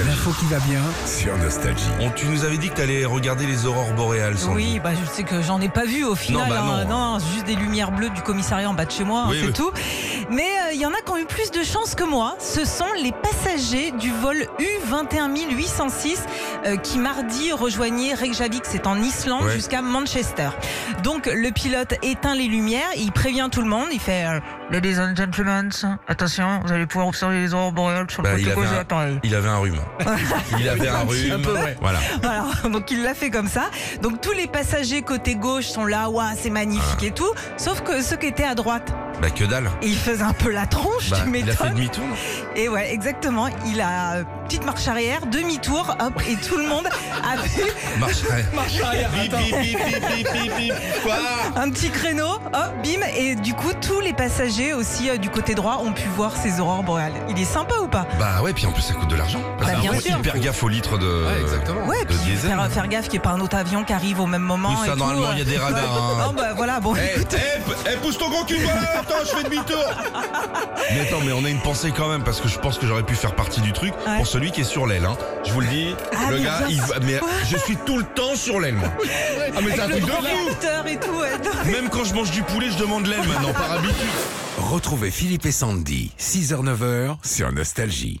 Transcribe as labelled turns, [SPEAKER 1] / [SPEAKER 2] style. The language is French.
[SPEAKER 1] l'info qui va bien.
[SPEAKER 2] sur Nostalgie.
[SPEAKER 3] On- tu nous avais dit que t'allais regarder les aurores boréales. Sandy.
[SPEAKER 4] Oui, bah, je sais que j'en ai pas vu au final.
[SPEAKER 3] Non, bah,
[SPEAKER 4] hein.
[SPEAKER 3] non.
[SPEAKER 4] Non, c'est juste des lumières bleues du commissariat en bas de chez moi, hein,
[SPEAKER 3] Oui,
[SPEAKER 4] c'est
[SPEAKER 3] oui.
[SPEAKER 4] tout. Mais euh, il y en a qui ont eu plus de chance que moi. Ce sont les passagers du vol U21806 euh, qui mardi rejoignaient Reykjavik, c'est en Islande,
[SPEAKER 3] Ouais.
[SPEAKER 4] jusqu'à Manchester. Donc le pilote éteint les lumières, il prévient tout le monde, il fait euh,
[SPEAKER 5] Ladies and gentlemen, attention, vous allez pouvoir observer les aurores boréales sur le
[SPEAKER 3] Bah, il
[SPEAKER 5] côté
[SPEAKER 3] avait
[SPEAKER 5] gauche de
[SPEAKER 3] un-
[SPEAKER 5] l'appareil.
[SPEAKER 3] Il avait un rhume. Il avait un rhume. Voilà.
[SPEAKER 4] Voilà, donc il l'a fait comme ça. Donc tous les passagers côté gauche sont là, waouh, c'est
[SPEAKER 3] Ah.
[SPEAKER 4] magnifique et tout. Sauf que ceux qui étaient à droite,
[SPEAKER 3] Bah que dalle.
[SPEAKER 4] et ils faisaient un peu la tronche,
[SPEAKER 3] Bah,
[SPEAKER 4] tu
[SPEAKER 3] il a fait
[SPEAKER 4] m'étonnes.
[SPEAKER 3] demi-tour. non
[SPEAKER 4] Et ouais, exactement. Il a euh, petite marche arrière, demi-tour, hop, et tout le monde a vu
[SPEAKER 3] Marche arrière. Bip, bip, bip, bip, bip, bip, bip. Quoi
[SPEAKER 4] un petit créneau, hop, bim. Et du coup, tous les passagers aussi euh, du côté droit ont pu voir ces aurores boréales. Il est sympa ou pas
[SPEAKER 3] Bah ouais, puis en plus ça coûte de l'argent. Parce
[SPEAKER 4] Bah,
[SPEAKER 3] que
[SPEAKER 4] bien
[SPEAKER 3] faut
[SPEAKER 4] sûr.
[SPEAKER 3] hyper gaffe au litre de.
[SPEAKER 2] Ouais, exactement.
[SPEAKER 4] Ouais,
[SPEAKER 3] de
[SPEAKER 4] puis
[SPEAKER 3] diesel.
[SPEAKER 4] faire, faire gaffe qu'il n'y ait pas un autre avion qui arrive au même moment.
[SPEAKER 3] Oui, ça,
[SPEAKER 4] et
[SPEAKER 3] normalement,
[SPEAKER 4] tout, euh,
[SPEAKER 3] il y a des radars, hein.
[SPEAKER 4] Non, bah voilà, bon,
[SPEAKER 3] Eh, eh, eh, pousse ton gros cul, voilà, attends, je fais demi-tour Mais attends, mais on a une pensée quand même, parce que je pense que j'aurais pu faire partie du truc
[SPEAKER 4] Ouais.
[SPEAKER 3] pour celui qui est sur l'aile. Hein. Je vous le dis,
[SPEAKER 4] Ah,
[SPEAKER 3] le
[SPEAKER 4] mais
[SPEAKER 3] gars,
[SPEAKER 4] bien
[SPEAKER 3] il
[SPEAKER 4] sûr.
[SPEAKER 3] va- mais je suis tout le temps sur l'aile, moi. Ah, mais c'est un
[SPEAKER 4] le
[SPEAKER 3] truc de
[SPEAKER 4] grand
[SPEAKER 3] fou
[SPEAKER 4] réacteur et tout. ouais. Non,
[SPEAKER 3] Même quand je mange du poulet, je demande l'aile maintenant, par habitude.
[SPEAKER 2] Retrouvez Philippe et Sandy, 6h-9h sur Nostalgie.